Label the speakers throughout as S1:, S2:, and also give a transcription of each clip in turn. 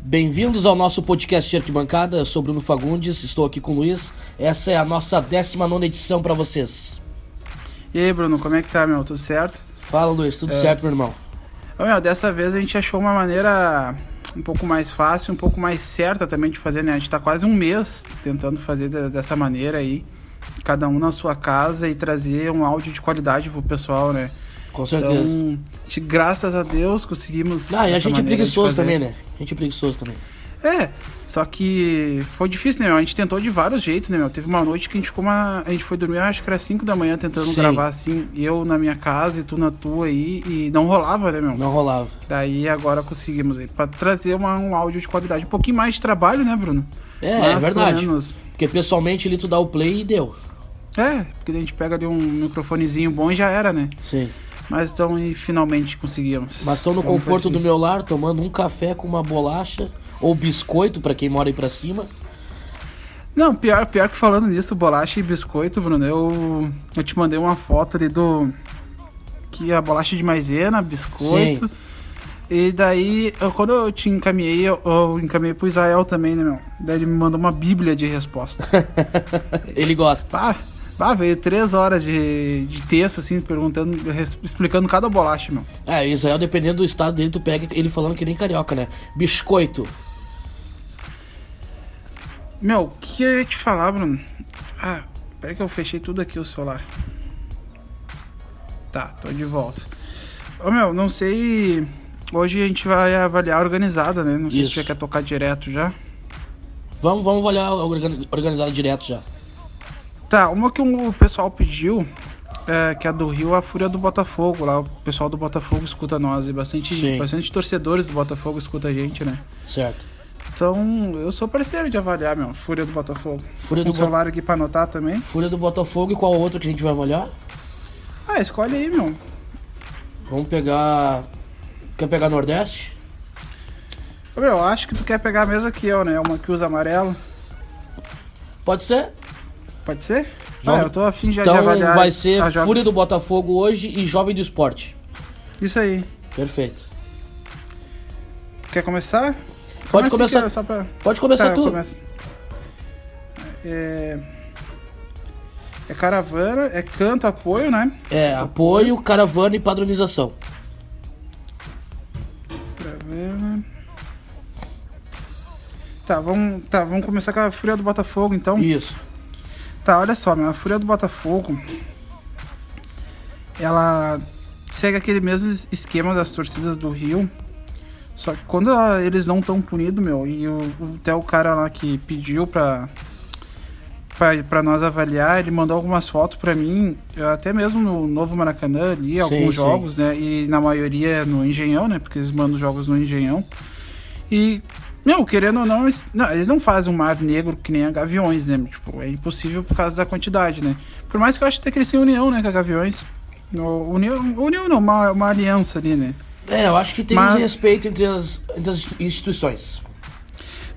S1: Bem-vindos ao nosso podcast de Arquibancada. Eu sou Bruno Fagundes, estou aqui com o Luiz. Essa é a nossa 19 edição para vocês.
S2: E aí, Bruno, como é que tá, meu? Tudo certo?
S1: Fala, Luiz,
S2: É.
S1: tudo certo, meu irmão?
S2: Ô, meu, dessa vez a gente achou uma maneira um pouco mais fácil, um pouco mais certa também de fazer, né? A gente tá quase um mês tentando fazer de- dessa maneira aí, cada um na sua casa e trazer um áudio de qualidade pro pessoal, né?
S1: Com
S2: Então,
S1: certeza.
S2: a gente- graças a Deus conseguimos.
S1: ah, e a
S2: essa
S1: gente é
S2: maneira de
S1: preguiçoso
S2: fazer.
S1: também, né? A gente é preguiçoso também.
S2: É, só que foi difícil, né? meu? A gente tentou de vários jeitos, né? Meu? Teve uma noite que a gente ficou uma... A gente foi dormir, acho que era 5 da manhã, tentando
S1: Sim.
S2: gravar assim, eu na minha casa e tu na tua aí, e não rolava, né, meu?
S1: Não rolava.
S2: Daí agora conseguimos aí, pra trazer uma- um áudio de qualidade. Um pouquinho mais de trabalho, né, Bruno?
S1: É,
S2: Mas,
S1: é verdade.
S2: pelo menos-
S1: Porque pessoalmente ali tu dá o play e deu.
S2: É, porque daí a gente pega ali um microfonezinho bom e já era, né?
S1: Sim.
S2: Mas então e finalmente conseguimos.
S1: Mas tô no
S2: Vamos
S1: conforto
S2: pra
S1: do
S2: cima.
S1: meu lar, tomando um café com uma bolacha ou biscoito pra quem mora aí pra cima.
S2: Não, pior, pior que falando nisso, bolacha e biscoito, Bruno, eu, eu te mandei uma foto ali do. Que é a bolacha de maisena, biscoito. E daí, eu- quando eu te encaminhei, eu, eu encaminhei pro Israel também, né, meu? Daí ele me mandou uma bíblia de resposta.
S1: Ele gosta.
S2: Tá, tá, veio três horas de, de texto, assim, perguntando, res- explicando cada bolacha, meu.
S1: É, Israel, dependendo do estado dele, tu pega ele falando que nem carioca, né? Biscoito.
S2: Meu, o que eu ia te falar, Bruno? Ah, peraí que eu fechei tudo aqui o celular. Tá, tô de volta. Ô, meu, não sei... Hoje a gente vai avaliar a organizada, né? Não sei
S1: Isso.
S2: se você quer tocar direto já.
S1: Vamos, vamos olhar organi- organizado direto já.
S2: Tá, uma que o pessoal pediu, é, que é do Rio, a Fúria do Botafogo. Lá o pessoal do Botafogo escuta nós e bastante,
S1: Sim.
S2: bastante torcedores do Botafogo escuta a gente, né?
S1: Certo.
S2: Então, eu sou parceiro de avaliar, meu. Fúria do Botafogo.
S1: Fúria do
S2: um celular aqui pra anotar também.
S1: Fúria do Botafogo e qual outro que a gente vai avaliar?
S2: Ah, escolhe aí, meu.
S1: Vamos pegar. Quer pegar Nordeste?
S2: Ô, Meu, acho que tu quer pegar a mesma que eu, né? Uma que usa amarelo.
S1: Pode ser?
S2: Pode ser?
S1: Jovem-
S2: Ah, eu tô afim já
S1: Então
S2: de avaliar. Tá,
S1: vai ser
S2: a jovem-
S1: Fúria do Botafogo hoje e Jovem do Esporte.
S2: Isso aí.
S1: Perfeito.
S2: Quer começar?
S1: Pode
S2: Começa
S1: começar.
S2: aí, que é Só pra...
S1: Pode começar
S2: Tá, eu
S1: tu.
S2: começo. É... é caravana, é canto, apoio, né?
S1: É, apoio, caravana e padronização.
S2: Caravana. Tá, vamos, tá, vamos começar com a Fúria do Botafogo, então.
S1: Isso.
S2: Tá, olha só, meu, a Fúria do Botafogo, ela segue aquele mesmo es- esquema das torcidas do Rio, só que quando ela- eles não estão punidos, meu, e o, o- até o cara lá que pediu pra, pra, pra nós avaliar, ele mandou algumas fotos pra mim, eu até mesmo no Novo Maracanã ali,
S1: sim.
S2: alguns jogos, né, e na maioria no Engenhão, né, porque eles mandam jogos no Engenhão, e, meu, querendo ou não, eles não, eles não fazem um mar negro que nem a Gaviões, né? Tipo, é impossível por causa da quantidade, né? Por mais que eu acho até que eles têm união, né, com a Gaviões. O- União, união não, uma, uma aliança ali, né?
S1: É, eu acho que tem
S2: Mas-
S1: respeito entre as, entre as institu- instituições.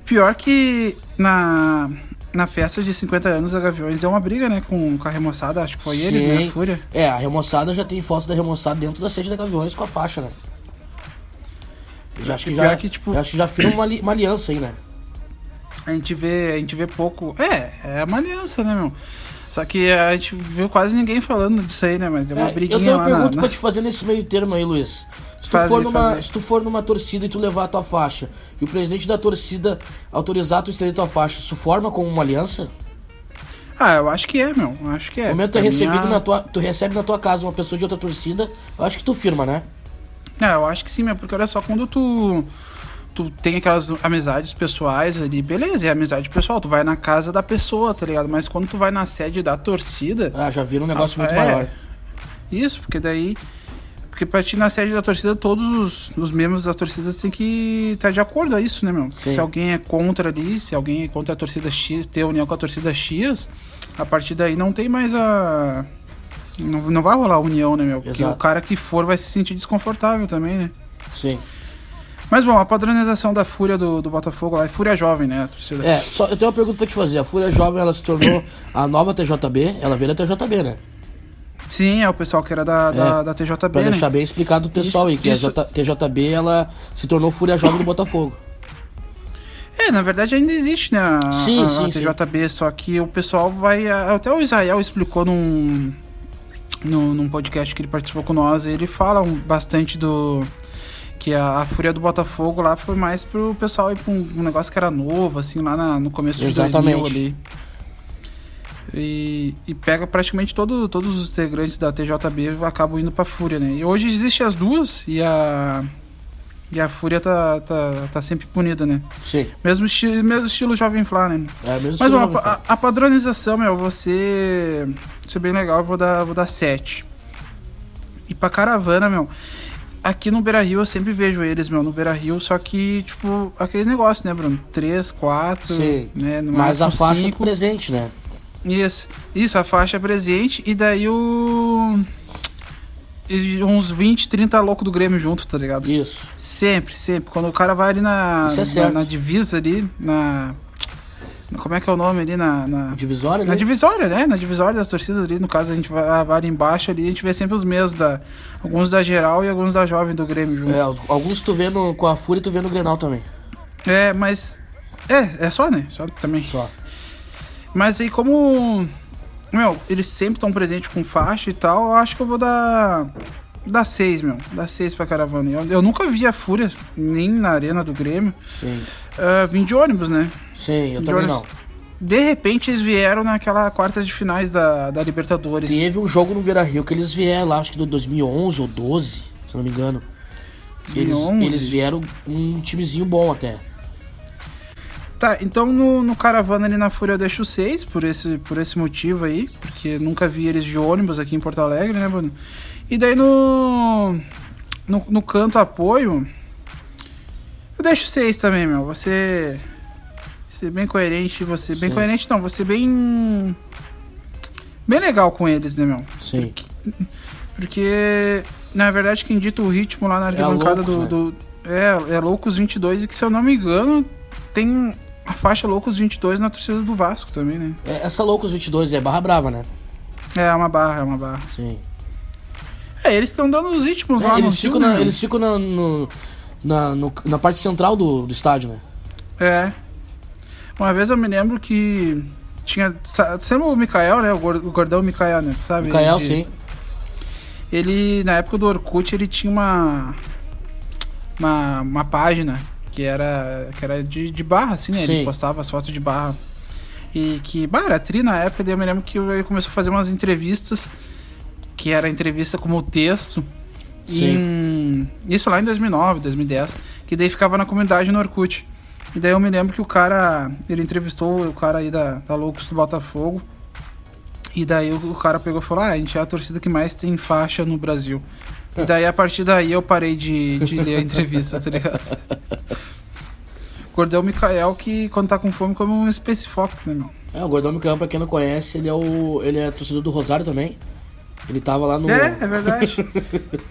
S2: Pior que na, na festa de 50 anos a Gaviões deu uma briga, né, com, com a remoçada, acho que foi eles, né,
S1: Sim.
S2: a Fúria.
S1: É, a remoçada já tem foto da remoçada dentro da sede da Gaviões com a faixa, né? Eu já acho que
S2: Pior
S1: já,
S2: que, tipo-
S1: eu acho que já firma uma, ali- uma aliança aí, né?
S2: A gente vê, a gente vê pouco. É, é uma aliança, né, meu? Só que a gente viu quase ninguém falando disso aí, né? Mas deu uma
S1: É,
S2: briguinha
S1: eu tenho
S2: lá
S1: uma
S2: na-
S1: pergunta
S2: na-
S1: pra te fazer nesse meio termo aí, Luiz. Se tu,
S2: Faz
S1: for
S2: aí, faz
S1: numa,
S2: aí.
S1: se tu for numa torcida e tu levar a tua faixa e o presidente da torcida autorizar tu estender tua faixa, isso forma como uma aliança?
S2: Ah, eu acho que é, meu. eu Acho que é.
S1: No momento que tu é
S2: Pra mim,
S1: recebido
S2: a-
S1: na tua, tu recebe na tua casa uma pessoa de outra torcida, eu acho que tu firma, né?
S2: É, eu acho que sim, meu, porque olha só, quando tu, tu tem aquelas amizades pessoais ali, beleza, é amizade pessoal, tu vai na casa da pessoa, tá ligado? Mas quando tu vai na sede da torcida,
S1: Ah, já vira um negócio
S2: Ah,
S1: muito
S2: é.
S1: maior.
S2: isso, porque daí. Porque pra ti na sede da torcida, todos os, os membros das torcidas têm que estar de acordo a isso, né, meu?
S1: Sim.
S2: Se alguém é contra ali, se alguém é contra a torcida X, ter união com a torcida X, a partir daí não tem mais a. Não, não vai rolar a união, né, meu? Porque
S1: Exato.
S2: o cara que for vai se sentir desconfortável também, né?
S1: Sim.
S2: Mas bom, a padronização da Fúria do, do Botafogo lá é Fúria Jovem, né? A torcida.
S1: É, só, eu tenho uma pergunta pra te fazer. A Fúria Jovem, ela se tornou a nova TJB, ela vira TJB, né?
S2: Sim, é o pessoal que era da, da, da TJB,
S1: É. Pra
S2: Tá né?
S1: deixar bem explicado o pessoal aí,
S2: Isso-
S1: que
S2: isso-
S1: a J- TJB, ela se tornou Fúria Jovem do Botafogo.
S2: É, na verdade ainda existe, né? A,
S1: Sim,
S2: a- a
S1: sim,
S2: TJB, só que o pessoal vai. a- Até o Israel explicou num, num, num podcast que ele participou com nós, ele fala um- bastante do. Que a, a fúria do Botafogo lá foi mais pro pessoal ir pra um, um negócio que era novo, assim, lá na- no começo de 2000
S1: Exatamente.
S2: ali. E, e pega praticamente todo, todos os integrantes da TJB acabam indo pra Fúria, né? E hoje existe as duas e a, e a Fúria tá, tá, tá sempre punida, né?
S1: Sim.
S2: Mesmo, esti mesmo estilo Jovem Flá, né?
S1: É mesmo
S2: Mas
S1: estilo,
S2: ó,
S1: né, cara?
S2: a, a padronização, meu, você. Isso é bem legal, eu vou dar, vou dar 7. E pra caravana, meu. Aqui no Beira Rio eu sempre vejo eles, meu, no Beira Rio, só que, tipo, aquele negócio, né, Bruno? 3, 4,
S1: Sim.
S2: né? No
S1: Mas a
S2: máximo
S1: faixa
S2: cinco.
S1: do presente, né?
S2: Isso, isso, a faixa é presente e daí o. e Uns 20, 30 louco do Grêmio junto, tá ligado?
S1: Isso.
S2: Sempre, sempre. Quando o cara vai ali na,
S1: Isso é
S2: na-
S1: certo.
S2: na, divisa ali, na. Como é que é o nome ali? Na, na,
S1: Divisória,
S2: na
S1: né?
S2: divisória, né? Na divisória das torcidas ali, no caso a gente vai, vai ali embaixo ali, a gente vê sempre os mesmos, da, alguns da geral e alguns da jovem do Grêmio junto.
S1: É, os- alguns tu vê no, com a Fúria, tu vê no Grenal também.
S2: É, mas. É, é só, né? Só também.
S1: Só.
S2: Mas aí como. Meu, eles sempre estão presentes com faixa e tal, eu acho que eu vou dar. Dar 6, meu. Dar 6 pra caravana. Eu, eu nunca vi a Fúria, nem na arena do Grêmio.
S1: Sim.
S2: Ah, vim de ônibus, né?
S1: Sim, eu
S2: De
S1: também não.
S2: ônibus. De repente eles vieram naquela quarta de finais da, da Libertadores.
S1: Teve um jogo no Beira Rio que eles vieram lá, acho que do 2011 ou 12, se não me engano. Eles,
S2: 2011?
S1: eles vieram um timezinho bom até.
S2: Tá, então no, no Caravana ali na Fúria eu deixo 6 por esse, por esse motivo aí, porque nunca vi eles de ônibus aqui em Porto Alegre, né, Bruno? E daí no. No, no canto apoio. Eu deixo 6 também, meu. Você. Ser bem coerente, você. Bem
S1: Sim.
S2: coerente não, você bem. Bem legal com eles, né, meu?
S1: Sim.
S2: Porque, na verdade, quem dita o ritmo lá na arquibancada
S1: É Loucos, né?
S2: do, do- É, é Loucos 22, e que, se eu não me engano, tem a faixa Loucos 22 na torcida do Vasco também, né?
S1: É, Essa Loucos 22 é Barra Brava, né?
S2: É, uma barra, é uma barra.
S1: Sim.
S2: É, eles estão dando os ritmos
S1: É,
S2: lá no
S1: eles,
S2: Rio,
S1: ficam na,
S2: né?
S1: eles ficam na, no- na, no- na parte central do, do estádio, né?
S2: É. Uma vez eu me lembro que tinha... sa- Sempre o Mikael, né? O gor- o gordão Mikael, né? Tu sabe?
S1: Mikael,
S2: Ele-
S1: sim.
S2: Ele, na época do Orkut, ele tinha uma. Uma, uma página que era, que era de, de barra, assim, né?
S1: Sim.
S2: Ele postava as fotos de barra. E que, bah, era tri na época, daí eu me lembro que ele começou a fazer umas entrevistas, que era entrevista como texto. Em, isso lá em 2009, 2010, que daí ficava na comunidade no Orkut. E daí eu me lembro que o cara, ele entrevistou o cara aí da, da Loucos do Botafogo. E daí o, o cara pegou e falou: Ah, a gente é a torcida que mais tem faixa no Brasil. E daí a partir daí eu parei de, de ler a entrevista, tá ligado? Cordel Mikael que quando tá com fome come um Space Fox, né, meu?
S1: É, o Gordão Mikael, pra quem não conhece, ele é o. ele é torcedor do Rosário também. Ele tava lá no.
S2: É, é verdade.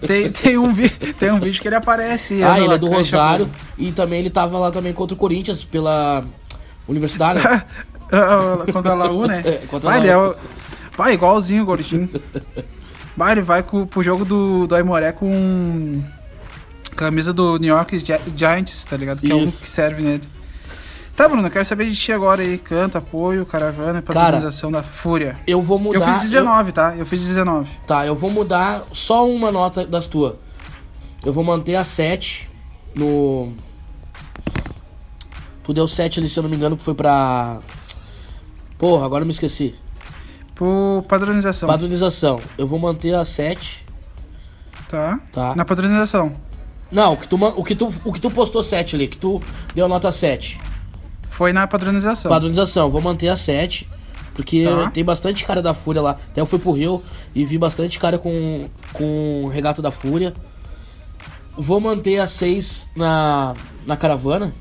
S2: tem, tem, um vi- tem um vídeo que ele aparece.
S1: ah,
S2: anda
S1: ele
S2: lá,
S1: é do
S2: caixa
S1: Rosário. E também ele tava lá também contra o Corinthians pela Universidade. né?
S2: Ah, Contra a Laú, né?
S1: É, contra a
S2: vai,
S1: Laú.
S2: ele é o- vai, igualzinho o gordinho. Vai, ele vai com- pro jogo do, do Aimoré com camisa do New York Gi- Giants, tá ligado? Que é o único
S1: Isso.
S2: que serve nele. Tá, Bruno, eu quero saber de ti agora aí. Canta, apoio, caravana, patronização da Fúria.
S1: Eu vou mudar.
S2: Eu fiz 19, tá? Eu fiz 19.
S1: eu- tá, eu vou mudar só uma nota das tuas. Eu vou manter a 7 no. Tu deu 7 ali, se eu não me engano, que foi pra. Porra, agora eu me esqueci.
S2: Por padronização,
S1: Padronização. Eu vou manter a 7.
S2: tá?
S1: Tá.
S2: Na padronização.
S1: Não, o que tu, man- o que tu, o que tu postou 7 ali, que tu deu nota 7.
S2: Então. Foi na padronização.
S1: Padronização, vou manter a 7. Porque
S2: Tá.
S1: tem bastante cara da Fúria lá. Até eu fui pro Rio e vi bastante cara com, com regata da Fúria. Vou manter a 6 na, na caravana.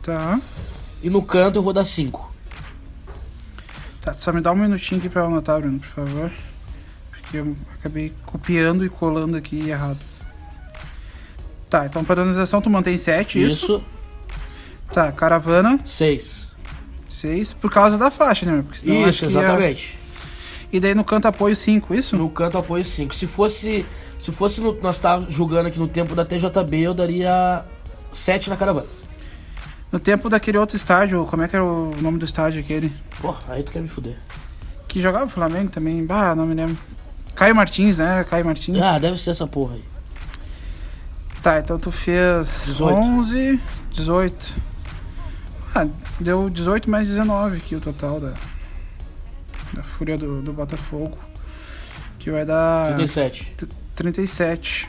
S2: Tá.
S1: E no canto eu vou dar 5.
S2: Tá, só me dá um minutinho aqui pra eu anotar, Bruno, por favor. Porque eu acabei copiando e colando aqui errado. Tá, então padronização tu mantém 7, isso.
S1: Isso,
S2: Tá, caravana,
S1: 6.
S2: 6, por causa da faixa, né? meu? Porque senão acho
S1: Isso,
S2: que ia-
S1: exatamente.
S2: E daí no canto apoio 5, isso?
S1: No canto apoio 5. Se fosse. Se fosse no- nós tá julgando aqui no tempo da TJB, eu daria 7 na caravana.
S2: No tempo daquele outro estádio, como é que era o nome do estádio aquele?
S1: Porra, aí tu quer me fuder.
S2: Que jogava o Flamengo também, bah, não me lembro. Caio Martins, né? Caio Martins.
S1: Ah, deve ser essa porra aí.
S2: Tá, então tu fez
S1: 18.
S2: 11, 18. Ah, deu 18 mais 19 aqui o total da, da fúria do, do Botafogo. Que vai dar
S1: 37.
S2: 37.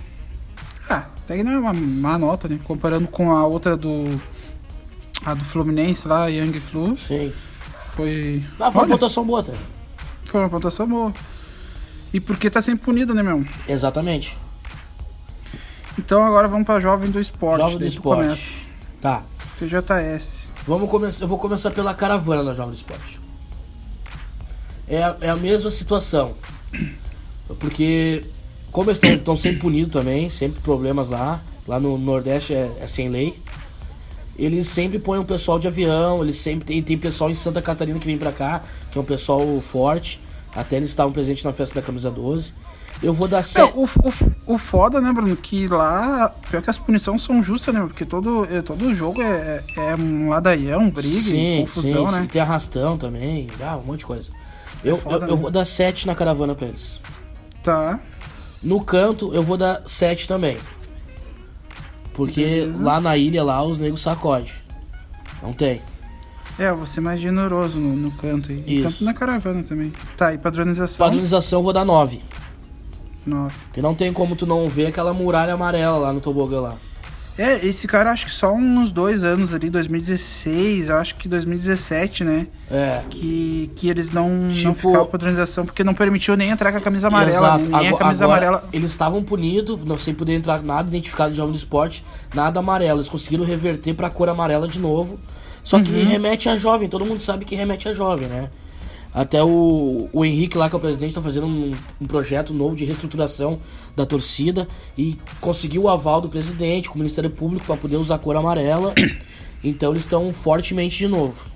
S2: Ah, até que não é uma má nota, né? Comparando com a outra do. A do Fluminense lá, Young Flu,
S1: Sim.
S2: foi.
S1: Ah, foi uma
S2: Olha,
S1: pontuação boa, tá?
S2: foi uma pontuação boa. E porque tá sempre punido, né, meu?
S1: Exatamente.
S2: Então agora vamos pra Jovem do Esporte.
S1: Jovem do
S2: daí tu
S1: Esporte.
S2: Começa.
S1: Tá.
S2: TJS.
S1: Vamos começar. Eu vou começar pela caravana da Jovem do Esporte. É, a- é a mesma situação. Porque como eles estão sempre punidos também, sempre problemas lá. Lá no Nordeste é, é sem lei. Eles sempre põem um pessoal de avião, eles sempre tem, tem pessoal em Santa Catarina que vem pra cá, que é um pessoal forte. Até eles estavam presentes na festa da camisa 12. Eu vou dar
S2: Não,
S1: sete.
S2: o, o, o foda, né, Bruno? Que lá, pior que as punições são justas, né? Porque todo, eh, todo jogo é, é um ladaião, briga, e confusão, né?
S1: Tem arrastão também, dá um monte de coisa. Eu,
S2: foda,
S1: eu, eu
S2: né?
S1: vou dar 7 na caravana pra eles.
S2: Tá.
S1: No canto, eu vou dar 7 também. Porque
S2: Beleza.
S1: lá na ilha, lá, os negros sacode. Não tem.
S2: É, eu vou ser mais generoso no, no canto aí. E
S1: Isso.
S2: tanto na caravana também. Tá, e padronização?
S1: Padronização, eu vou dar 9.
S2: Nove.
S1: Porque não tem como tu não ver aquela muralha amarela lá no tobogã lá.
S2: É, esse cara acho que só uns dois anos ali, 2016, eu acho que 2017, né?
S1: É.
S2: Que, que eles não, não
S1: Tipo-
S2: ficaram padronização, porque não permitiu nem entrar com a camisa amarela, né? Nem
S1: Ago-
S2: a camisa
S1: agora,
S2: amarela.
S1: Eles estavam punidos, não sem poder entrar nada identificado de jovem do esporte, nada amarelo. Eles conseguiram reverter pra cor amarela de novo. Só
S2: Uhum.
S1: que remete a jovem, todo mundo sabe que remete a jovem, né? Até o, o Henrique lá, que é o presidente, tá fazendo um, um projeto novo de reestruturação da torcida e conseguiu o aval do presidente com o Ministério Público pra poder usar a cor amarela. Então eles estão fortemente de novo.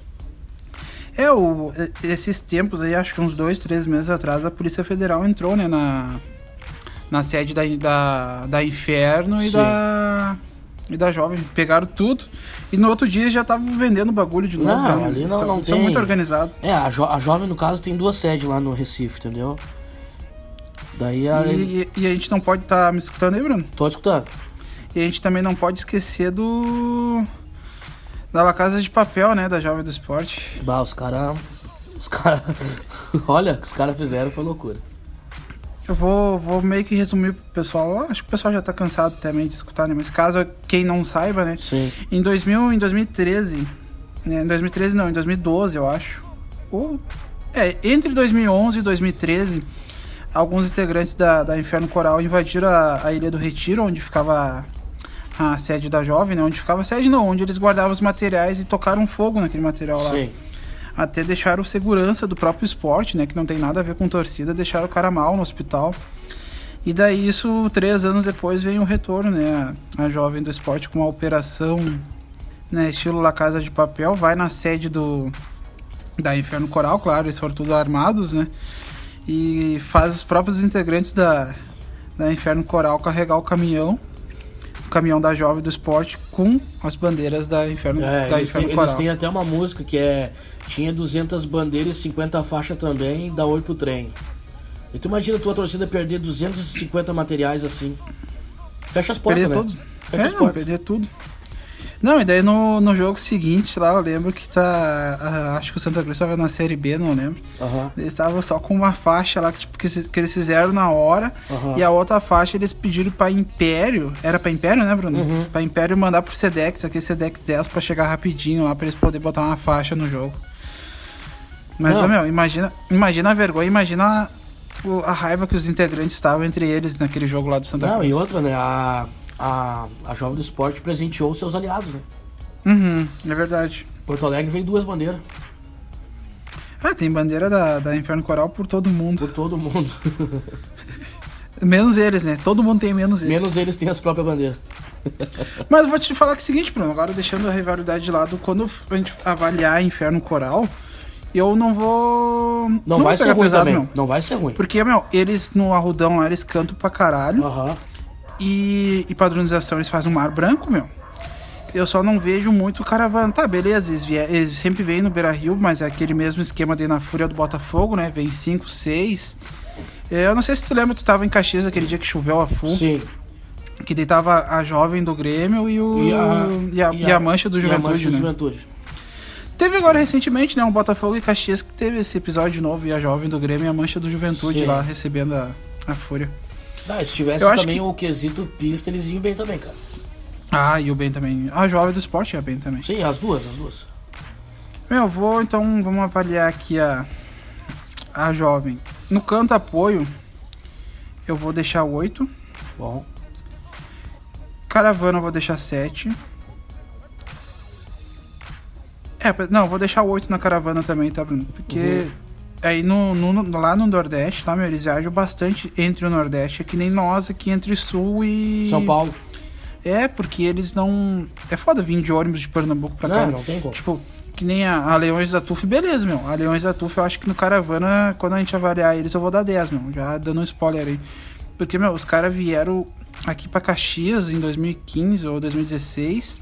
S2: É, o, e- esses tempos aí, acho que uns dois, três meses atrás, a Polícia Federal entrou, né, na, na sede da, da, da Inferno e
S1: Sim.
S2: da, e da Jovem. Pegaram tudo e no outro dia já estavam vendendo bagulho de novo.
S1: Não,
S2: né?
S1: ali não-
S2: são,
S1: não
S2: são
S1: tem.
S2: muito organizados.
S1: É, a, jo- a jovem, no caso, tem duas sedes lá no Recife, entendeu? Daí a.
S2: E, e a gente não pode estar me escutando aí, Bruno?
S1: Tô escutando.
S2: E a gente também não pode esquecer do. Da La Casa de Papel, né? Da Jovem do Esporte.
S1: Bah, os caras. Os caras. Olha, o que os caras fizeram foi loucura.
S2: Eu vou, vou meio que resumir pro pessoal. Eu Acho que o pessoal já tá cansado também de escutar, né? Mas caso quem não saiba, né?
S1: Sim.
S2: Em 2000, em 2013, né? Em 2013 não, em 2012, eu acho. Ou é, entre 2011 e 2013, alguns integrantes da, da Inferno Coral invadiram a, a Ilha do Retiro, onde ficava a, a sede da Jovem, né? Onde ficava a sede não, onde eles guardavam os materiais e tocaram fogo naquele material lá.
S1: Sim.
S2: Até deixaram o segurança do próprio esporte, né? Que não tem nada a ver com torcida, deixaram o cara mal no hospital. E daí isso, três anos depois, vem o retorno, né? A, a jovem do esporte com uma operação, né? Estilo La Casa de Papel, vai na sede do da Inferno Coral, claro, eles foram tudo armados, né? E faz os próprios integrantes da, da Inferno Coral carregar o caminhão, o caminhão da jovem do esporte com as bandeiras da Inferno,
S1: É,
S2: da
S1: eles, têm,
S2: Inferno
S1: eles
S2: Coral.
S1: têm até uma música que é. Tinha 200 bandeiras e 50 faixas também, dá oi pro trem. E tu imagina a tua torcida perder 250 materiais assim. Fecha as portas, velho.
S2: perder todos.
S1: Fecha
S2: é,
S1: as
S2: não,
S1: portas.
S2: perder tudo. Não, e daí no, no jogo seguinte lá, eu lembro que tá. a- acho que o Santa Cruz tava na Série B, não lembro.
S1: Aham.
S2: Eles estavam só com uma faixa lá que, tipo, que, se- que eles fizeram na hora.
S1: Aham.
S2: E a outra faixa eles pediram pra Império. Era pra Império, né, Bruno?
S1: Uhum.
S2: Pra Império mandar pro Sedex, aquele Sedex 10 pra chegar rapidinho lá pra eles poderem botar uma faixa no jogo. Mas,
S1: Não.
S2: ó, meu, imagina, imagina a vergonha, imagina a, o- a raiva que os integrantes estavam entre eles naquele jogo lá do Santa
S1: Não,
S2: Cruz.
S1: e outra, né? A, a, a Jovem do Esporte presenteou os seus aliados, né?
S2: Uhum, é verdade.
S1: Porto Alegre veio duas bandeiras
S2: Ah, tem bandeira da, da Inferno Coral por todo mundo.
S1: por todo mundo.
S2: Menos eles, né? Todo mundo tem menos eles.
S1: Menos eles têm as próprias bandeiras.
S2: Mas eu vou te falar que é o seguinte, Bruno, agora deixando a rivalidade de lado, quando a gente avaliar Inferno Coral, eu não vou.
S1: Não,
S2: vou
S1: vai ser
S2: pegar
S1: ruim
S2: pesado,
S1: também.
S2: meu.
S1: Não vai ser ruim.
S2: Porque, meu, eles no Arrudão lá, eles cantam pra caralho.
S1: Aham.
S2: E, e padronização eles fazem um mar branco, meu. eu só não vejo muito o Caravana. Tá, beleza, eles, vie- eles sempre vêm no Beira Rio, mas é aquele mesmo esquema de na Fúria do Botafogo, né? Vem 5, 6. Eu não sei se tu lembra, tu tava em Caxias aquele dia que choveu a full,
S1: Sim.
S2: que deitava a jovem do Grêmio e, o,
S1: E a,
S2: e a, e a mancha do
S1: e a
S2: Juventude,
S1: mancha do
S2: né?
S1: Juventude.
S2: Teve agora recentemente, né? Um Botafogo e Caxias que teve esse episódio de novo e a jovem do Grêmio e a mancha do Juventude
S1: Sim.
S2: lá recebendo a, a Fúria.
S1: Ah, se tivesse
S2: Eu acho
S1: também
S2: que-
S1: o quesito pista, eles iam bem também, cara.
S2: Ah, e o Ben também. A jovem do esporte é bem também.
S1: Sim, as duas, as duas.
S2: Meu, vou então, vamos avaliar aqui a, a jovem. No canto apoio, eu vou deixar 8.
S1: Bom,
S2: Caravana eu vou deixar 7. É, pe- não, vou deixar 8 na caravana também, tá, Bruno?
S1: Uhum.
S2: Porque aí no, no- no- lá no Nordeste, lá, meu, eles viajam bastante entre o Nordeste, é que nem nós aqui entre Sul e.
S1: São Paulo.
S2: É, porque eles não. É foda vir de ônibus de Pernambuco pra cá.
S1: Não, não tem como.
S2: Tipo, que nem a, a Leões da Tuf, beleza, meu. A Leões da Tuf, eu acho que no Caravana, quando a gente avaliar eles, eu vou dar 10, meu. Já dando um spoiler aí. Porque, meu, os caras vieram aqui pra Caxias em 2015 ou 2016.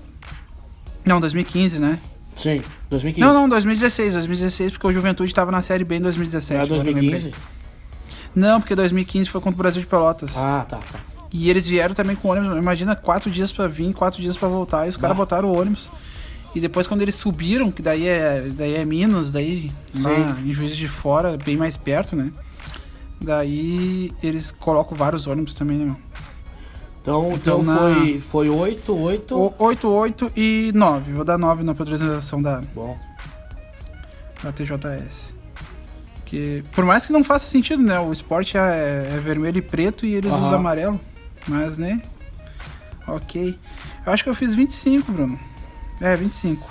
S2: Não, 2015, né?
S1: Sim, 2015.
S2: Não, não, 2016, 2016, porque o Juventude tava na Série B em 2017.
S1: Era
S2: agora eu lembrei.
S1: 2015?
S2: Não, porque 2015 foi contra o Brasil de Pelotas.
S1: Ah, tá, tá.
S2: E eles vieram também com ônibus. Imagina quatro dias pra vir, quatro dias pra voltar. E os caras
S1: Ah.
S2: botaram o ônibus. E depois quando eles subiram, que daí é, daí é Minas, daí lá em Juiz de Fora, bem mais perto, né? Daí eles colocam vários ônibus também, né? meu?
S1: Então, então,
S2: Então, na-
S1: foi, foi 8, 8.
S2: O- oito, oito e nove. Vou dar nove na patrocinação da,
S1: Bom,
S2: da TJS. Que, por mais que não faça sentido, né? O esporte é, é vermelho e preto e eles
S1: Aham.
S2: usam amarelo. Mas, né? Ok. Eu acho que eu fiz 25, Bruno. É, 25.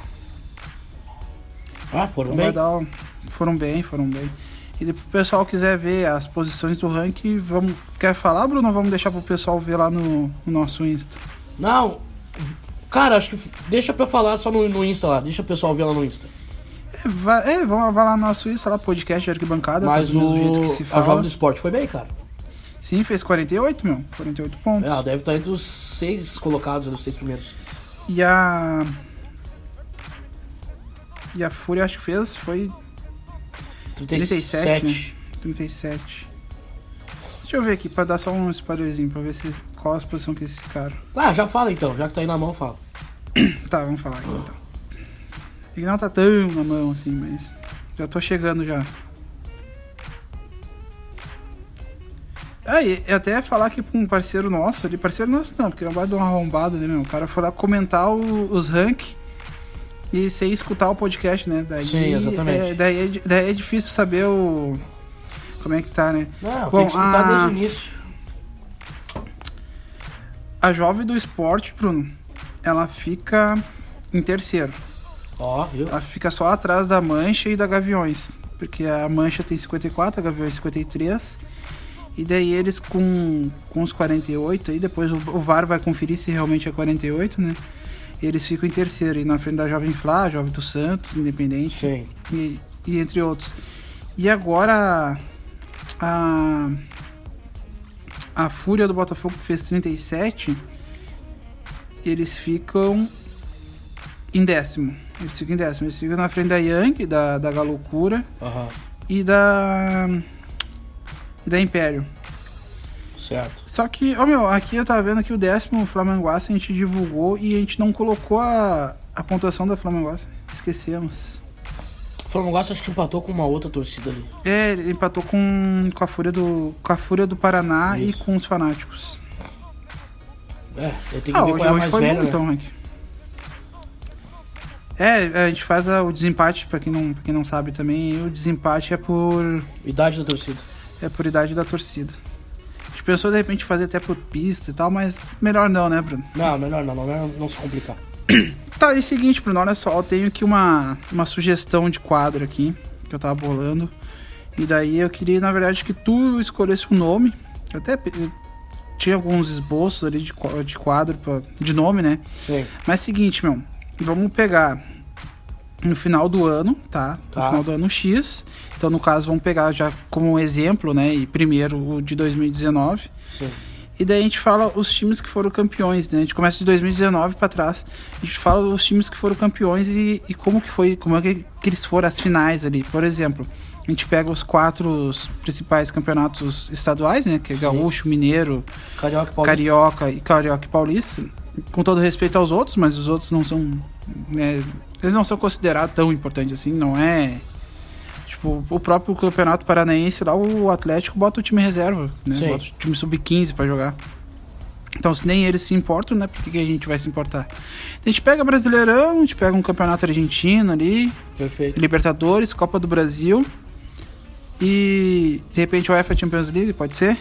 S1: ah, foram
S2: Então
S1: bem.
S2: vai dar, um- foram bem, foram bem. E depois o pessoal quiser ver as posições do ranking, vamos, quer falar, Bruno? Ou vamos deixar pro pessoal ver lá no, no nosso Insta?
S1: Não, cara, acho que f- deixa pra eu falar só no, no Insta lá. Deixa o pessoal ver lá no Insta.
S2: É, vai, é, vamos vai lá no nosso Insta, lá podcast de arquibancada,
S1: Mas
S2: tá do
S1: o
S2: mesmo jeito que se
S1: a Jovem
S2: fala.
S1: do Esporte foi bem, cara.
S2: Sim, fez 48, meu. 48 pontos.
S1: Ela Ah, deve estar entre os seis colocados, né, os seis primeiros.
S2: E a. E a Fúria acho que fez foi 37,
S1: 37.
S2: 37. Deixa eu ver aqui pra dar só um spoilerzinho pra ver se, qual as posições que eles ficaram.
S1: Ah, já fala então, já que tá aí na mão, fala.
S2: Tá, vamos falar aqui então. Ele não tá tão na mão assim, mas. Já tô chegando já. Ah, e eu até ia falar aqui pra um parceiro nosso ali, parceiro nosso não, porque é um não vai dar uma arrombada, né, meu? O cara foi lá comentar o- os rank e sem escutar o podcast, né? Daí,
S1: Sim, exatamente.
S2: É, daí, é, di- daí é difícil saber o. Como é que tá, né?
S1: Não,
S2: Bom,
S1: tem que escutar
S2: a-
S1: desde o início.
S2: A jovem do esporte, Bruno, ela fica em terceiro.
S1: Ó, viu?
S2: Ela fica só atrás da Mancha e da Gaviões. Porque a Mancha tem 54, a é Gaviões 53. E daí eles com, com os 48, aí depois o, o VAR vai conferir se realmente é 48, né? Eles ficam em terceiro, e na frente da Jovem Flá, Jovem do Santos, Independente,
S1: Sim.
S2: e, e entre outros. E agora a, a Fúria do Botafogo que fez 37, eles ficam em décimo. Eles ficam em décimo. Eles ficam na frente da Yang, da, da Galocura
S1: Aham,
S2: e da. e da Império.
S1: certo.
S2: Só que, ó meu, aqui eu tava vendo que o décimo Flamenguaça a gente divulgou e a gente não colocou a, a pontuação da Flamenguaça. Esquecemos.
S1: O Flamengo acho que empatou com uma outra torcida ali.
S2: É, ele empatou com, com, a Fúria do, com a Fúria do Paraná
S1: Isso.
S2: e com os fanáticos.
S1: É, eu tenho que
S2: Ah,
S1: ver
S2: hoje,
S1: qual é a
S2: hoje
S1: mais
S2: foi
S1: velha.
S2: bom
S1: né?
S2: então, Hank. É, a gente faz a- o desempate, pra quem, não, pra quem não sabe também, e o desempate é por,
S1: Idade da torcida.
S2: é por idade da torcida. A gente pensou de repente fazer até por pista e tal, mas melhor não, né, Bruno?
S1: Não, melhor não, melhor não se complicar.
S2: Tá, e seguinte, Bruno, olha só, eu tenho aqui uma, uma sugestão de quadro aqui, que eu tava bolando. E daí eu queria, na verdade, que tu escolhesse um nome. Eu até pe- tinha alguns esboços ali de, qua- de quadro, pra- de nome, né?
S1: Sim.
S2: Mas seguinte, meu, vamos pegar no final do ano, tá? No
S1: Tá.
S2: final do ano X. Então, no caso, vamos pegar já como exemplo, né? E primeiro o de 2019.
S1: Sim.
S2: E daí a gente fala os times que foram campeões, né? A gente começa de 2019 para trás. A gente fala os times que foram campeões e, e como que foi, como é que, que eles foram as finais ali. Por exemplo, a gente pega os quatro principais campeonatos estaduais, né? Que é Gaúcho, Mineiro,
S1: Carioca e Paulista.
S2: Carioca e Carioca e Paulista. Com todo respeito aos outros, mas os outros não são. né, eles não são considerados tão importantes assim, não é. Tipo, o próprio Campeonato Paranaense lá, o Atlético bota o time reserva, né?
S1: Sim.
S2: Bota o time sub-15 pra jogar. Então, se nem eles se importam, né? Por que, que a gente vai se importar? A gente pega Brasileirão, a gente pega um campeonato argentino ali,
S1: Perfeito.
S2: Libertadores, Copa do Brasil e de repente o UEFA Champions League, pode ser?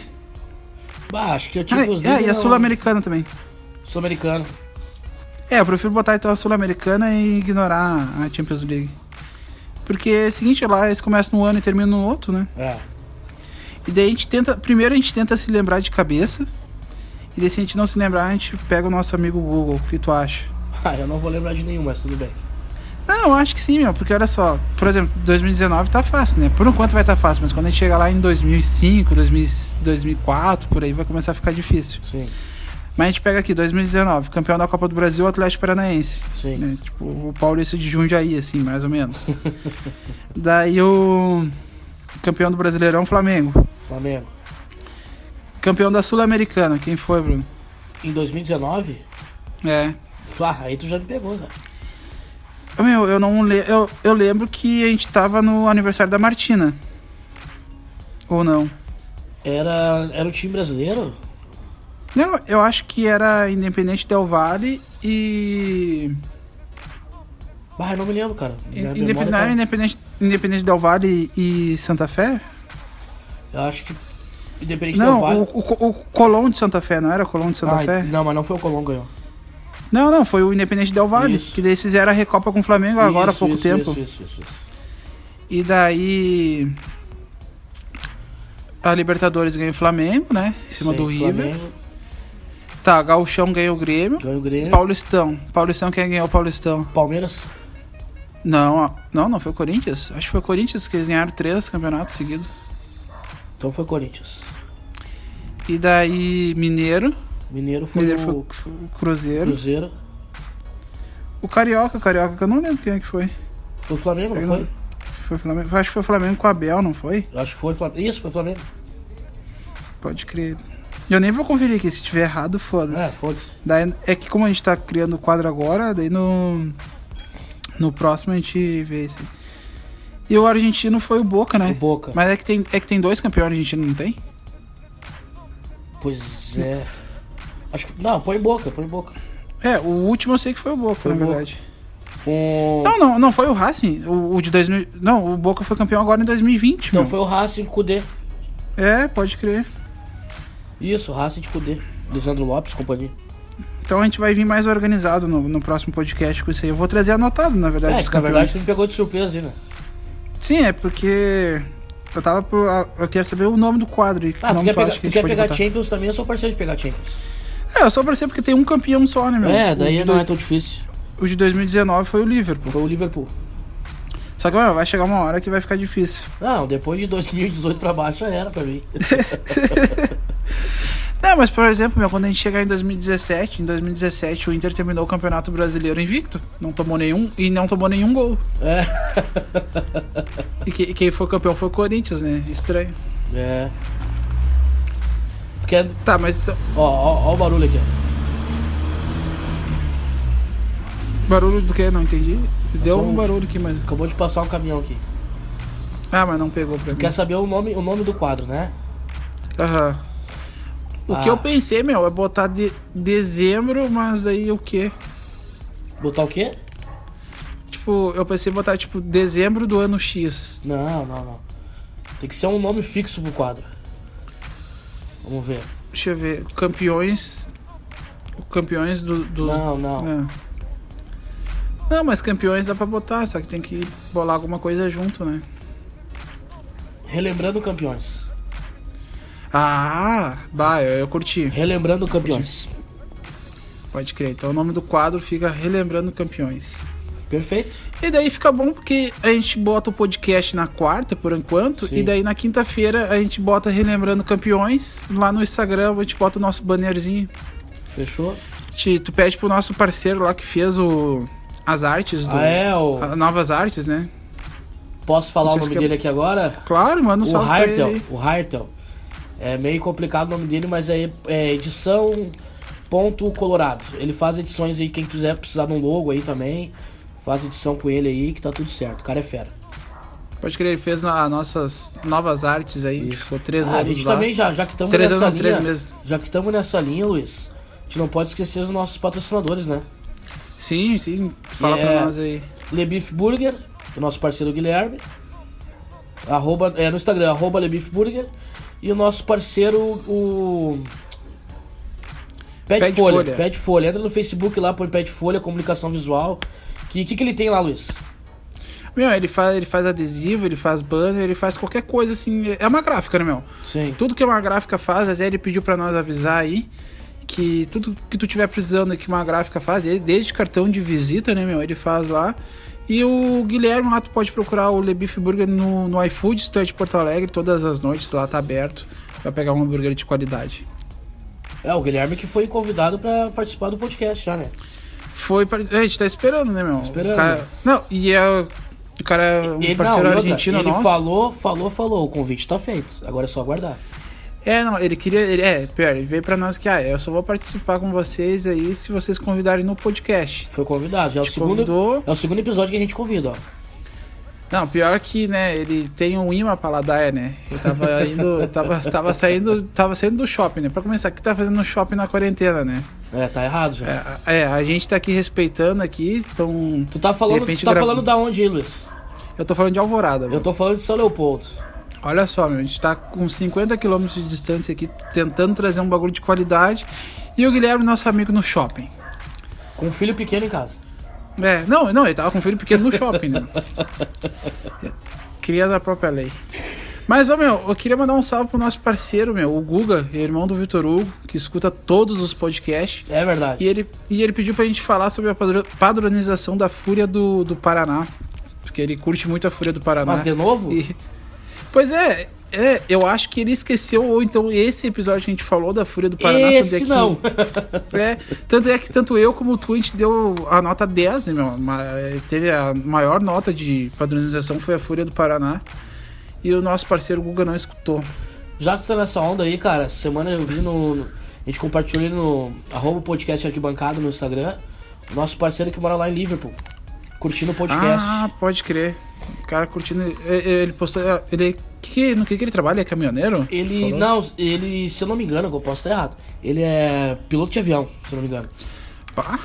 S1: Bah, acho que eu um tive
S2: Ah,
S1: os
S2: é, e a Sul-Americana também.
S1: Sul-Americana.
S2: É, eu prefiro botar então a Sul-Americana e ignorar a Champions League. Porque é o seguinte, lá eles começam num ano e terminam no outro, né?
S1: É.
S2: E daí a gente tenta. Primeiro a gente tenta se lembrar de cabeça. E daí se a gente não se lembrar, a gente pega o nosso amigo Google. O que tu acha?
S1: Ah, eu não vou lembrar de nenhum, mas tudo bem.
S2: Não, eu acho que sim, meu, porque olha só, por exemplo, 2019 tá fácil, né? Por enquanto vai estar tá fácil, mas quando a gente chegar lá em 2005, 2000, 2004, por aí vai começar a ficar difícil.
S1: Sim,
S2: Mas a gente pega aqui 2019, campeão da Copa do Brasil, Atlético Paranaense.
S1: sim.
S2: né? Tipo, o Paulista de Jundiaí, assim, mais ou menos. Daí o campeão do Brasileirão, Flamengo.
S1: Flamengo.
S2: Campeão da Sul-Americana, quem foi, Bruno?
S1: Em 2019,
S2: É.
S1: ah, aí tu já me pegou, cara.
S2: Meu, eu não le... eu, eu lembro que a gente tava no aniversário da Martina. Ou não?
S1: Era, era o time brasileiro?
S2: Não, eu acho que era Independente Del Vale e.
S1: Bah, eu não me lembro, cara. Minha
S2: Independente,
S1: memória
S2: Independente, Independente Del Vale e Santa Fé?
S1: tá- Eu acho que. Independente
S2: não,
S1: do Vale.
S2: o, o, o Colón de Santa Fé, não era o Colón de Santa
S1: Ah,
S2: Fé?
S1: Não, mas não foi o Colombo que ganhou.
S2: Não, não, foi o Independente Del Vale,
S1: Isso.
S2: que daí fizeram a Recopa com o Flamengo agora há
S1: Isso,
S2: pouco
S1: isso,
S2: tempo.
S1: Isso, isso, isso, isso.
S2: E daí. A Libertadores ganhou o Flamengo, né? Em cima
S1: Sim,
S2: do River.
S1: Flamengo,
S2: Tá, Gauchão ganhou o Grêmio.
S1: Ganhou o Grêmio.
S2: Paulistão. Paulistão, quem ganhou o Paulistão?
S1: Palmeiras.
S2: Não, a- não, não foi o Corinthians. Acho que foi o Corinthians que eles ganharam três campeonatos seguidos.
S1: Então foi Corinthians.
S2: E daí, Mineiro.
S1: Mineiro foi o
S2: Mineiro foi, foi o Cruzeiro.
S1: Cruzeiro.
S2: O Carioca, Carioca, que eu não lembro quem é que foi.
S1: Foi o Flamengo, não
S2: Eu não-
S1: foi?
S2: Foi o Flamengo. Acho que foi o Flamengo com o Abel, não foi?
S1: Eu acho que foi o Flamengo. Isso, foi o Flamengo.
S2: Pode crer. Eu nem vou conferir aqui, se tiver errado,
S1: É,
S2: foda-se.
S1: foda-se.
S2: Daí É que como a gente tá criando o quadro agora, daí no. No próximo a gente vê esse. E o argentino foi o Boca, né?
S1: O Boca.
S2: Mas é que tem, é que tem dois campeões argentinos, não tem?
S1: Pois é. Acho que. Não, põe boca, põe boca.
S2: É, o último eu sei que foi o Boca,
S1: Foi
S2: na
S1: o Boca.
S2: verdade.
S1: O...
S2: Não, não, não foi o Racing. O, o de 2000. Não, o Boca foi campeão agora em
S1: Não,
S2: 2020, meu.
S1: Então foi o Racing com o D.
S2: É, pode crer.
S1: Isso, Racing com o D. Lisandro Lopes, companhia.
S2: Então a gente vai vir mais organizado no, no próximo podcast com isso aí. Eu vou trazer anotado, na verdade.
S1: É,
S2: os
S1: isso que na verdade
S2: campeões.
S1: tu me pegou de surpresa aí, né?
S2: Sim, é porque. Eu tava por. Eu quero saber o nome do quadro. e que
S1: Ah, tu
S2: nome
S1: quer
S2: tu acha
S1: pegar,
S2: que a
S1: tu
S2: gente
S1: quer
S2: pode
S1: pegar
S2: botar.
S1: Champions também? Eu sou parceiro de pegar Champions.
S2: É, eu só apareci porque tem um campeão só, né, meu?
S1: é,
S2: o
S1: daí
S2: de,
S1: não é
S2: dois-
S1: tão difícil.
S2: O de 2019 foi o Liverpool.
S1: Foi o Liverpool.
S2: Só que, meu, vai chegar uma hora que vai ficar difícil.
S1: Não, depois de 2018 pra baixo já era pra mim.
S2: Não, É, mas, por exemplo, meu, quando a gente chegar em 2017, em 2017 o Inter terminou o Campeonato Brasileiro invicto. Não tomou nenhum e não tomou nenhum gol.
S1: É.
S2: E que- quem foi campeão foi o Corinthians, né? Estranho.
S1: É. Tu quer.
S2: Tá, mas então,
S1: Ó, ó, ó o barulho aqui, ó.
S2: barulho do que? Não entendi. Deu
S1: Passou
S2: um
S1: um-
S2: barulho aqui, mas.
S1: Acabou de passar um caminhão aqui.
S2: Ah, mas não pegou pra mim.
S1: Quer saber o nome, o nome do quadro, né?
S2: Aham. O que
S1: Ah.
S2: eu pensei, meu, é botar de dezembro, mas daí o quê?
S1: Botar o quê?
S2: Tipo, eu pensei em botar, tipo, dezembro do ano X.
S1: Não, não, não. Tem que ser um nome fixo pro quadro. Vamos ver.
S2: Deixa eu ver. Campeões. Campeões do. do-
S1: Não, não.
S2: É. Não, mas campeões dá pra botar, só que tem que bolar alguma coisa junto, né?
S1: Relembrando campeões.
S2: Ah, bah, eu, eu curti.
S1: Relembrando campeões.
S2: Pode crer. Então o nome do quadro fica Relembrando Campeões.
S1: Perfeito.
S2: E daí fica bom porque a gente bota o podcast na quarta, por enquanto,
S1: Sim.
S2: e daí na quinta-feira a gente bota Relembrando Campeões. Lá no Instagram a gente bota o nosso bannerzinho.
S1: Fechou?
S2: Te, tu pede pro nosso parceiro lá que fez o, as artes, do,
S1: Ah, é, o-
S2: a- novas artes, né?
S1: Posso falar
S2: Não
S1: o
S2: sei se
S1: nome
S2: que-
S1: dele aqui agora?
S2: Claro, manda
S1: o
S2: um salve pra ele.
S1: Hartel.
S2: aí.
S1: O Hartel. É meio complicado o nome dele, mas é, é edição ponto colorado. Ele faz edições aí, quem quiser precisar de um logo aí também, faz edição com ele aí que tá tudo certo. O cara é fera.
S2: Pode crer, ele fez as nossas novas artes aí, a gente ficou três
S1: Ah, a
S2: anos
S1: gente
S2: lá.
S1: também já, já que estamos
S2: Três
S1: nessa
S2: anos, três
S1: linha,
S2: meses.
S1: já que estamos nessa linha, Luiz, a gente não pode esquecer os nossos patrocinadores, né?
S2: Sim, sim, fala
S1: Yeah.
S2: pra nós aí.
S1: Lebif Burger, o nosso parceiro Guilherme. Arroba, é, no Instagram, arroba Lebif Burger. E o nosso parceiro, o. Pé de
S2: Pé de
S1: Folha.
S2: Folha.
S1: Pé de Folha. Entra no Facebook lá, põe Pé de Folha, comunicação visual. O que, que, que ele tem lá, Luiz?
S2: Meu, ele faz, ele faz adesivo, ele faz banner, ele faz qualquer coisa assim. É uma gráfica, né, meu?
S1: Sim.
S2: Tudo que uma gráfica faz, até ele pediu pra nós avisar aí que tudo que tu tiver precisando que uma gráfica faz, ele- desde cartão de visita, né, meu, ele faz lá. E o Guilherme lá, tu pode procurar o Lebif Burger no, no iFood, se tu é de Porto Alegre, todas as noites lá tá aberto pra pegar um hambúrguer de qualidade.
S1: É, o Guilherme que foi convidado pra participar do podcast já, né?
S2: Foi pra... A gente tá esperando, né, meu?
S1: Esperando.
S2: O cara- Não, e é... O cara é um
S1: ele
S2: parceiro
S1: não, e outra,
S2: argentino
S1: ele
S2: nosso.
S1: falou, falou, falou. O convite tá feito. Agora é só aguardar.
S2: É, não, ele queria. Ele, é, pior, ele veio pra nós que, ah, eu só vou participar com vocês aí se vocês convidarem no podcast.
S1: Foi convidado. Já é o,
S2: Te
S1: segundo,
S2: convidou.
S1: é o segundo episódio que a gente convida, ó.
S2: Não, pior que, né, ele tem um imã pra ladaia, né? Ele tava indo. tava, tava saindo. Tava saindo do shopping, né? Pra começar, que tá fazendo shopping na quarentena, né?
S1: É, tá errado já.
S2: É, a- é, a gente tá aqui respeitando aqui, então.
S1: Tu tá falando,
S2: De repente
S1: tu tá
S2: grava-
S1: falando da onde, hein, Luiz?
S2: Eu tô falando de alvorada,
S1: Eu
S2: meu.
S1: tô falando de São Leopoldo.
S2: Olha só, meu, a gente tá com 50 km de distância aqui, tentando trazer um bagulho de qualidade. E o Guilherme, nosso amigo, no shopping.
S1: Com um filho pequeno em casa.
S2: É, não, não, ele tava com um filho pequeno no shopping, né? Cria da própria lei. Mas, ó, meu, eu queria mandar um salve pro nosso parceiro, meu, o Guga, irmão do Vitor Hugo, que escuta todos os podcasts.
S1: É verdade.
S2: E ele, e ele pediu pra gente falar sobre a padro- padronização da Fúria do, do Paraná. Porque ele curte muito a Fúria do Paraná.
S1: Mas de novo?
S2: E- Pois é, é, eu acho que ele esqueceu, ou então esse episódio que a gente falou da Fúria do Paraná. tanto é
S1: Esse
S2: que-
S1: não.
S2: é, tanto é que tanto eu como tu, a gente deu a nota 10, né, meu? Ma- eh, Teve a maior nota de padronização, foi a Fúria do Paraná. E o nosso parceiro Guga não escutou.
S1: Já que tu tá nessa onda aí, cara, essa semana eu vi no. no- a gente compartilhou ali no arroba podcast arquibancada no Instagram. o Nosso parceiro que mora lá em Liverpool. Curtindo o podcast.
S2: Ah, pode crer. O cara curtindo. eh, eh, Ele postou. eh, Ele, que, no que, que ele trabalha? Ele é caminhoneiro?
S1: ele.
S2: Falou?
S1: Não, ele, se eu não me engano, que eu posso estar errado. Ele é piloto de avião, se eu não me engano.
S2: Pá.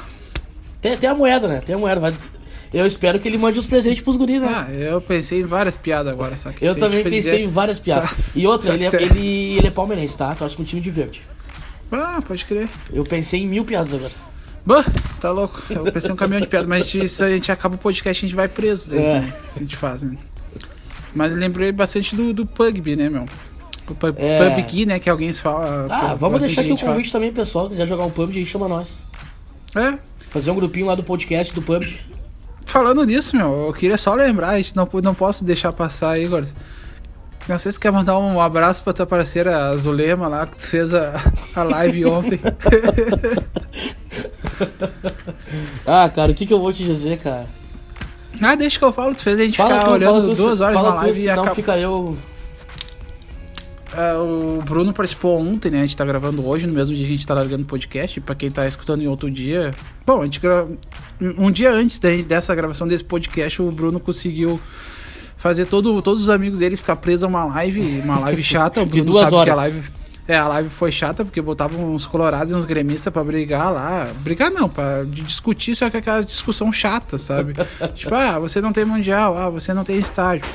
S1: Tem, tem a moeda, né? Tem a moeda. vai- Eu espero que ele mande os presentes pros guris, né?
S2: Ah, eu pensei em várias piadas agora, só que
S1: Eu
S2: se a gente
S1: também
S2: for
S1: pensei
S2: dizer-
S1: em várias piadas.
S2: Só-
S1: E outra,
S2: só
S1: ele
S2: que
S1: é,
S2: você-
S1: ele, ele é palmeirense, tá? Torce com um time de verde.
S2: Ah, pode crer.
S1: Eu pensei em mil piadas agora.
S2: Bah, tá louco. Eu pensei um caminhão de piada, mas a gente- isso a gente acaba o podcast, a gente vai preso. Daí,
S1: É.
S2: né? A gente faz, né? Mas eu lembrei bastante do, do Pugby, né, meu? O pub,
S1: É.
S2: PUBG, né, que alguém
S1: Ah,
S2: fala. pô,
S1: vamos
S2: bastante
S1: deixar aqui o
S2: gente
S1: convite também, pessoal. Quiser jogar um PUBG, aí chama nós.
S2: fala. É.
S1: Fazer um grupinho lá do podcast, do PUBG.
S2: Falando nisso, meu, eu queria só lembrar, a gente não, pô- não posso deixar passar aí, Igor. Não sei se quer mandar um abraço pra tua parceira a Zulema lá, que tu fez a, a live ontem.
S1: Ah, cara, o que, que eu vou te dizer, cara?
S2: ah, deixa que eu falo, tu fez a gente
S1: Fala
S2: ficar
S1: tu,
S2: olhando
S1: fala tu,
S2: duas
S1: se-
S2: horas na
S1: fala tu,
S2: live e
S1: senão
S2: acaba-
S1: fica eu...
S2: Ah, o Bruno participou ontem, né? A gente tá gravando hoje, no mesmo dia que a gente tá largando o podcast. Pra quem tá escutando em outro dia. Bom, a gente gra... um dia antes da- dessa gravação desse podcast, o Bruno conseguiu fazer todo, todos os amigos dele ficar preso a uma live, uma live chata. O
S1: De
S2: Bruno
S1: duas
S2: sabe
S1: horas.
S2: que a live. É, a live foi chata porque botavam uns colorados e uns gremistas pra brigar lá. Brigar não, pra de- discutir, só que aquela discussão chata, sabe? tipo, ah, você não tem mundial, ah, você não tem estádio.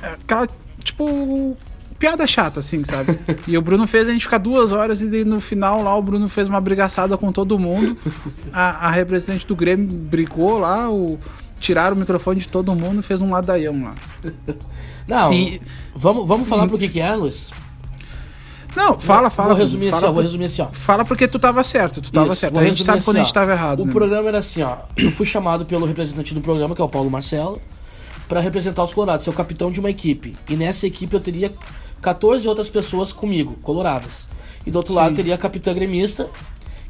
S2: Aquela, tipo, piada chata, assim, sabe? E o Bruno fez a gente ficar duas horas e daí no final lá o Bruno fez uma brigaçada com todo mundo. A, a representante do Grêmio brigou lá, o, tiraram o microfone de todo mundo e fez um ladaião lá.
S1: Não,
S2: E-
S1: vamos, vamos falar pro que que é, Luiz?
S2: Não, fala, fala.
S1: vou resumir
S2: fala
S1: assim, ó,
S2: por-
S1: vou resumir assim, ó.
S2: Fala porque tu tava certo, tu tava
S1: Isso,
S2: certo.
S1: vou
S2: A gente
S1: resumir
S2: sabe quando a
S1: assim,
S2: gente
S1: ó.
S2: tava errado.
S1: O
S2: né?
S1: programa era assim, ó. Eu fui chamado pelo representante do programa, que é o Paulo Marcelo, pra representar os colorados, ser o capitão de uma equipe. E nessa equipe eu teria 14 outras pessoas comigo, coloradas. E do outro lado eu teria a capitã gremista,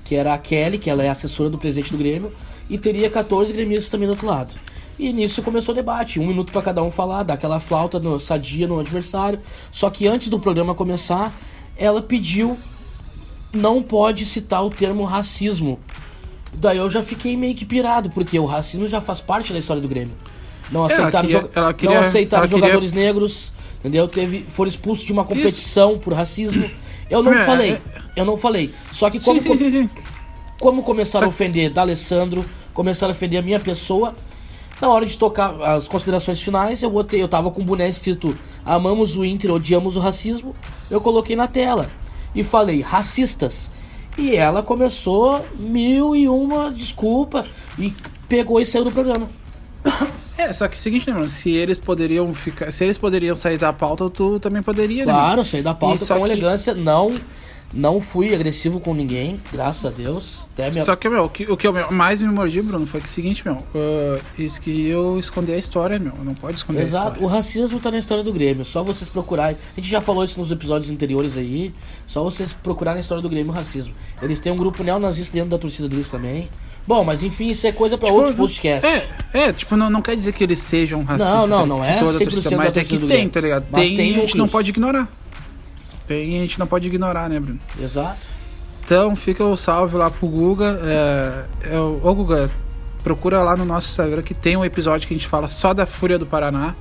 S1: que era a Kelly, que ela é assessora do presidente do Grêmio, e teria 14 gremistas também do outro lado. E nisso começou o debate, um minuto pra cada um falar, dar aquela flauta no, sadia no adversário. Só que antes do programa começar, ela pediu não pode citar o termo racismo. Daí eu já fiquei meio que pirado, porque o racismo já faz parte da história do Grêmio. Não aceitaram,
S2: queria-
S1: joga-
S2: ela queria-
S1: não aceitaram
S2: ela queria-
S1: jogadores negros, entendeu? Teve, foram expulsos de uma competição por racismo. Eu não
S2: É,
S1: falei,
S2: é-
S1: eu não falei. Só que
S2: Sim,
S1: como,
S2: sim, sim, sim.
S1: como começaram a ofender D'Alessandro, começaram a ofender a minha pessoa. Na hora de tocar as considerações finais, eu botei, eu tava com um boné escrito Amamos o Inter, odiamos o racismo. Eu coloquei na tela e falei racistas. E ela começou mil e uma desculpa e pegou e saiu do programa.
S2: Uhum. É, só que é o seguinte, né, mano? Se eles poderiam ficar. Se eles poderiam sair da pauta, tu também poderia, né?
S1: Claro, saí da pauta
S2: E só
S1: com
S2: que-
S1: elegância, não não fui agressivo com ninguém, graças a Deus. Até minha...
S2: Só que, meu, o que, o que eu meu, mais me mordi, Bruno, foi que é o seguinte, meu. ah, isso que eu escondi a história, meu. Não pode esconder a
S1: Exato, o
S2: história.
S1: racismo tá na história do Grêmio, só vocês procurarem. A gente já falou isso nos episódios anteriores aí, só vocês procurarem a história do Grêmio o racismo. Eles têm um grupo neonazista dentro da torcida deles também. Bom, mas enfim, isso é coisa pra outro podcast.
S2: Tipo, É, é tipo, não, não quer dizer que eles sejam
S1: Não, não,
S2: racistas. tá ligado?
S1: não é
S2: De toda a
S1: 100%
S2: torcida,
S1: da
S2: Mas é
S1: torcida
S2: que
S1: do
S2: tem,
S1: Grêmio.
S2: tá ligado?
S1: Mas
S2: Tem,
S1: tem
S2: e a gente não
S1: núcleos.
S2: pode ignorar. Tem e a gente não pode ignorar, né, Bruno?
S1: Exato.
S2: Então fica o salve lá pro Guga. É, é, o- ô Guga, procura lá no nosso Instagram que tem um episódio que a gente fala só da Fúria do Paraná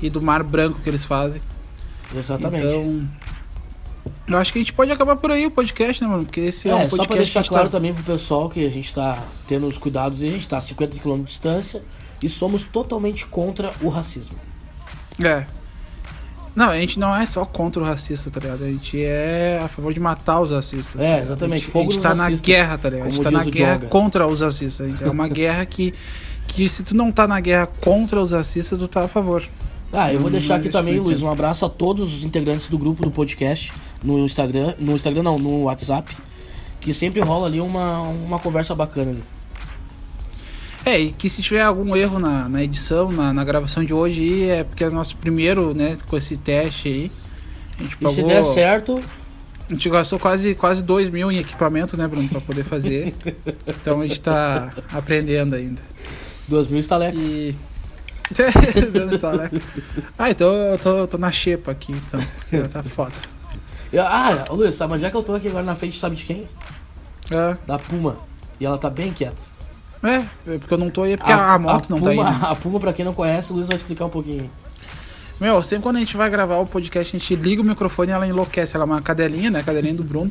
S2: e do Mar Branco que eles fazem.
S1: Exatamente.
S2: Então. Eu acho que a gente pode acabar por aí o podcast, né, mano? Porque esse é,
S1: é,
S2: um podcast.
S1: só pra deixar
S2: que
S1: claro
S2: tá...
S1: também pro pessoal que a gente tá tendo os cuidados e a gente tá a 50 km de distância e somos totalmente contra o racismo.
S2: É. Não, a gente não é só contra o racista, tá ligado? A gente é a favor de matar os racistas.
S1: É,
S2: tá ligado?
S1: exatamente.
S2: A gente,
S1: Fogo
S2: a gente
S1: nos
S2: tá na
S1: racistas,
S2: guerra, tá ligado? A gente
S1: como
S2: tá
S1: diz
S2: na
S1: o
S2: guerra
S1: Dioga.
S2: contra os racistas. Então, é uma guerra que, que se tu não tá na guerra contra os racistas, tu tá a favor.
S1: Ah, eu vou
S2: Não,
S1: deixar
S2: não
S1: aqui
S2: respeito.
S1: também, Luiz, um abraço a todos os integrantes do grupo do podcast no Instagram, no Instagram não, no WhatsApp, que sempre rola ali uma, uma conversa bacana ali.
S2: É, e que se tiver algum erro na, na edição, na, na gravação de hoje, aí, é porque é o nosso primeiro, né, com esse teste aí. A gente
S1: E se
S2: pagou-
S1: der certo,
S2: A gente gastou quase, quase 2 mil em equipamento, né, Bruno, pra poder fazer. então a gente tá aprendendo ainda.
S1: duas mil estaleca.
S2: E. Dando saleca. ah, então eu tô, eu tô na xepa aqui, então. porque Tá foda.
S1: Eu- Ah, ô, Luiz, sabe onde é que eu tô aqui agora na frente, sabe de quem?
S2: É,
S1: Da Puma. E ela tá bem quieta.
S2: é, é porque eu não tô aí, é porque a, a moto não
S1: Puma,
S2: tá aí. né?
S1: A Puma, pra quem não conhece, o Luiz vai explicar um pouquinho.
S2: Meu, sempre quando a gente vai gravar o podcast, a gente liga o microfone e ela enlouquece. Ela é uma cadelinha, né? Cadelinha do Bruno.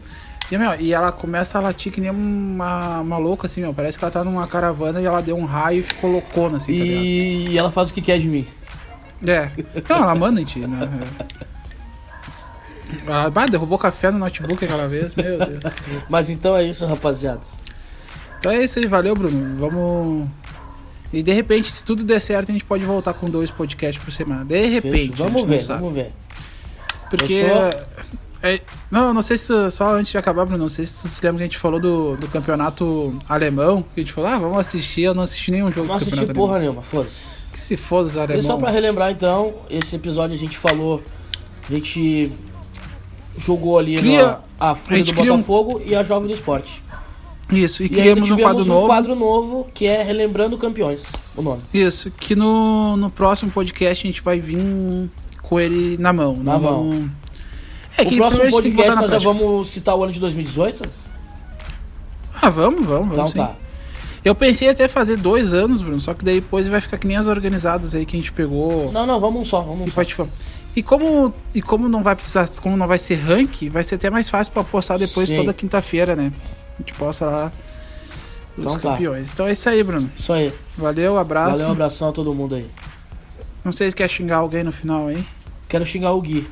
S2: E, meu, e ela começa a latir que nem uma, uma louca, assim, meu. Parece que ela tá numa caravana e ela deu um raio e ficou loucona, assim, tá ligado?
S1: E, ela faz o que quer de mim.
S2: É. Então, ela manda em ti, né? É. Ela, bah, derrubou café no notebook aquela vez, meu Deus.
S1: Mas então é isso, rapaziada.
S2: Então é isso aí, valeu, Bruno. Vamos. E de repente, se tudo der certo, a gente pode voltar com dois podcasts por semana. De repente.
S1: Fechou.
S2: a gente
S1: Vamos
S2: não
S1: ver,
S2: sabe.
S1: vamos ver.
S2: Porque.
S1: Fechou?
S2: é, não, não sei se. Só antes de acabar, Bruno, não sei se tu se lembra que a gente falou do, do campeonato alemão. Que a gente falou, ah, vamos assistir. Eu não assisti nenhum jogo
S1: Não
S2: do
S1: assisti
S2: campeonato
S1: porra
S2: alemão.
S1: nenhuma, foda-se.
S2: Que se foda os
S1: E
S2: alemãos.
S1: só pra
S2: mano.
S1: relembrar então, esse episódio a gente falou, a gente jogou ali
S2: Cria-
S1: na- a Fúria
S2: a gente
S1: do
S2: cria um-
S1: Botafogo e a Jovem do Esporte.
S2: Isso, e,
S1: E ainda
S2: criamos um
S1: tivemos
S2: quadro
S1: um
S2: novo.
S1: quadro novo que é Relembrando Campeões, o nome.
S2: Isso, que no, no próximo podcast a gente vai vir com ele na mão.
S1: Na
S2: não
S1: mão.
S2: vamos- É
S1: o
S2: que primeiro a
S1: próximo
S2: gente tem que botar
S1: podcast
S2: na
S1: nós já
S2: prática.
S1: vamos citar o ano de 2018?
S2: Ah, vamos, vamos,
S1: Então
S2: vamos. sim.
S1: tá.
S2: Eu pensei até fazer dois anos, Bruno, só que daí depois vai ficar que nem as organizadas aí que a gente pegou.
S1: Não, não, vamos um só, vamos um
S2: E,
S1: só.
S2: pode falar. e como e como não vai precisar, como não vai ser rank, vai ser até mais fácil pra postar depois
S1: Sim.
S2: toda quinta-feira, né? A gente posta lá os
S1: Então tá.
S2: campeões. Então é isso aí, Bruno.
S1: Isso aí.
S2: Valeu, abraço.
S1: Valeu, um abração a todo mundo aí.
S2: Não sei se quer xingar alguém no final aí.
S1: Quero xingar o Gui.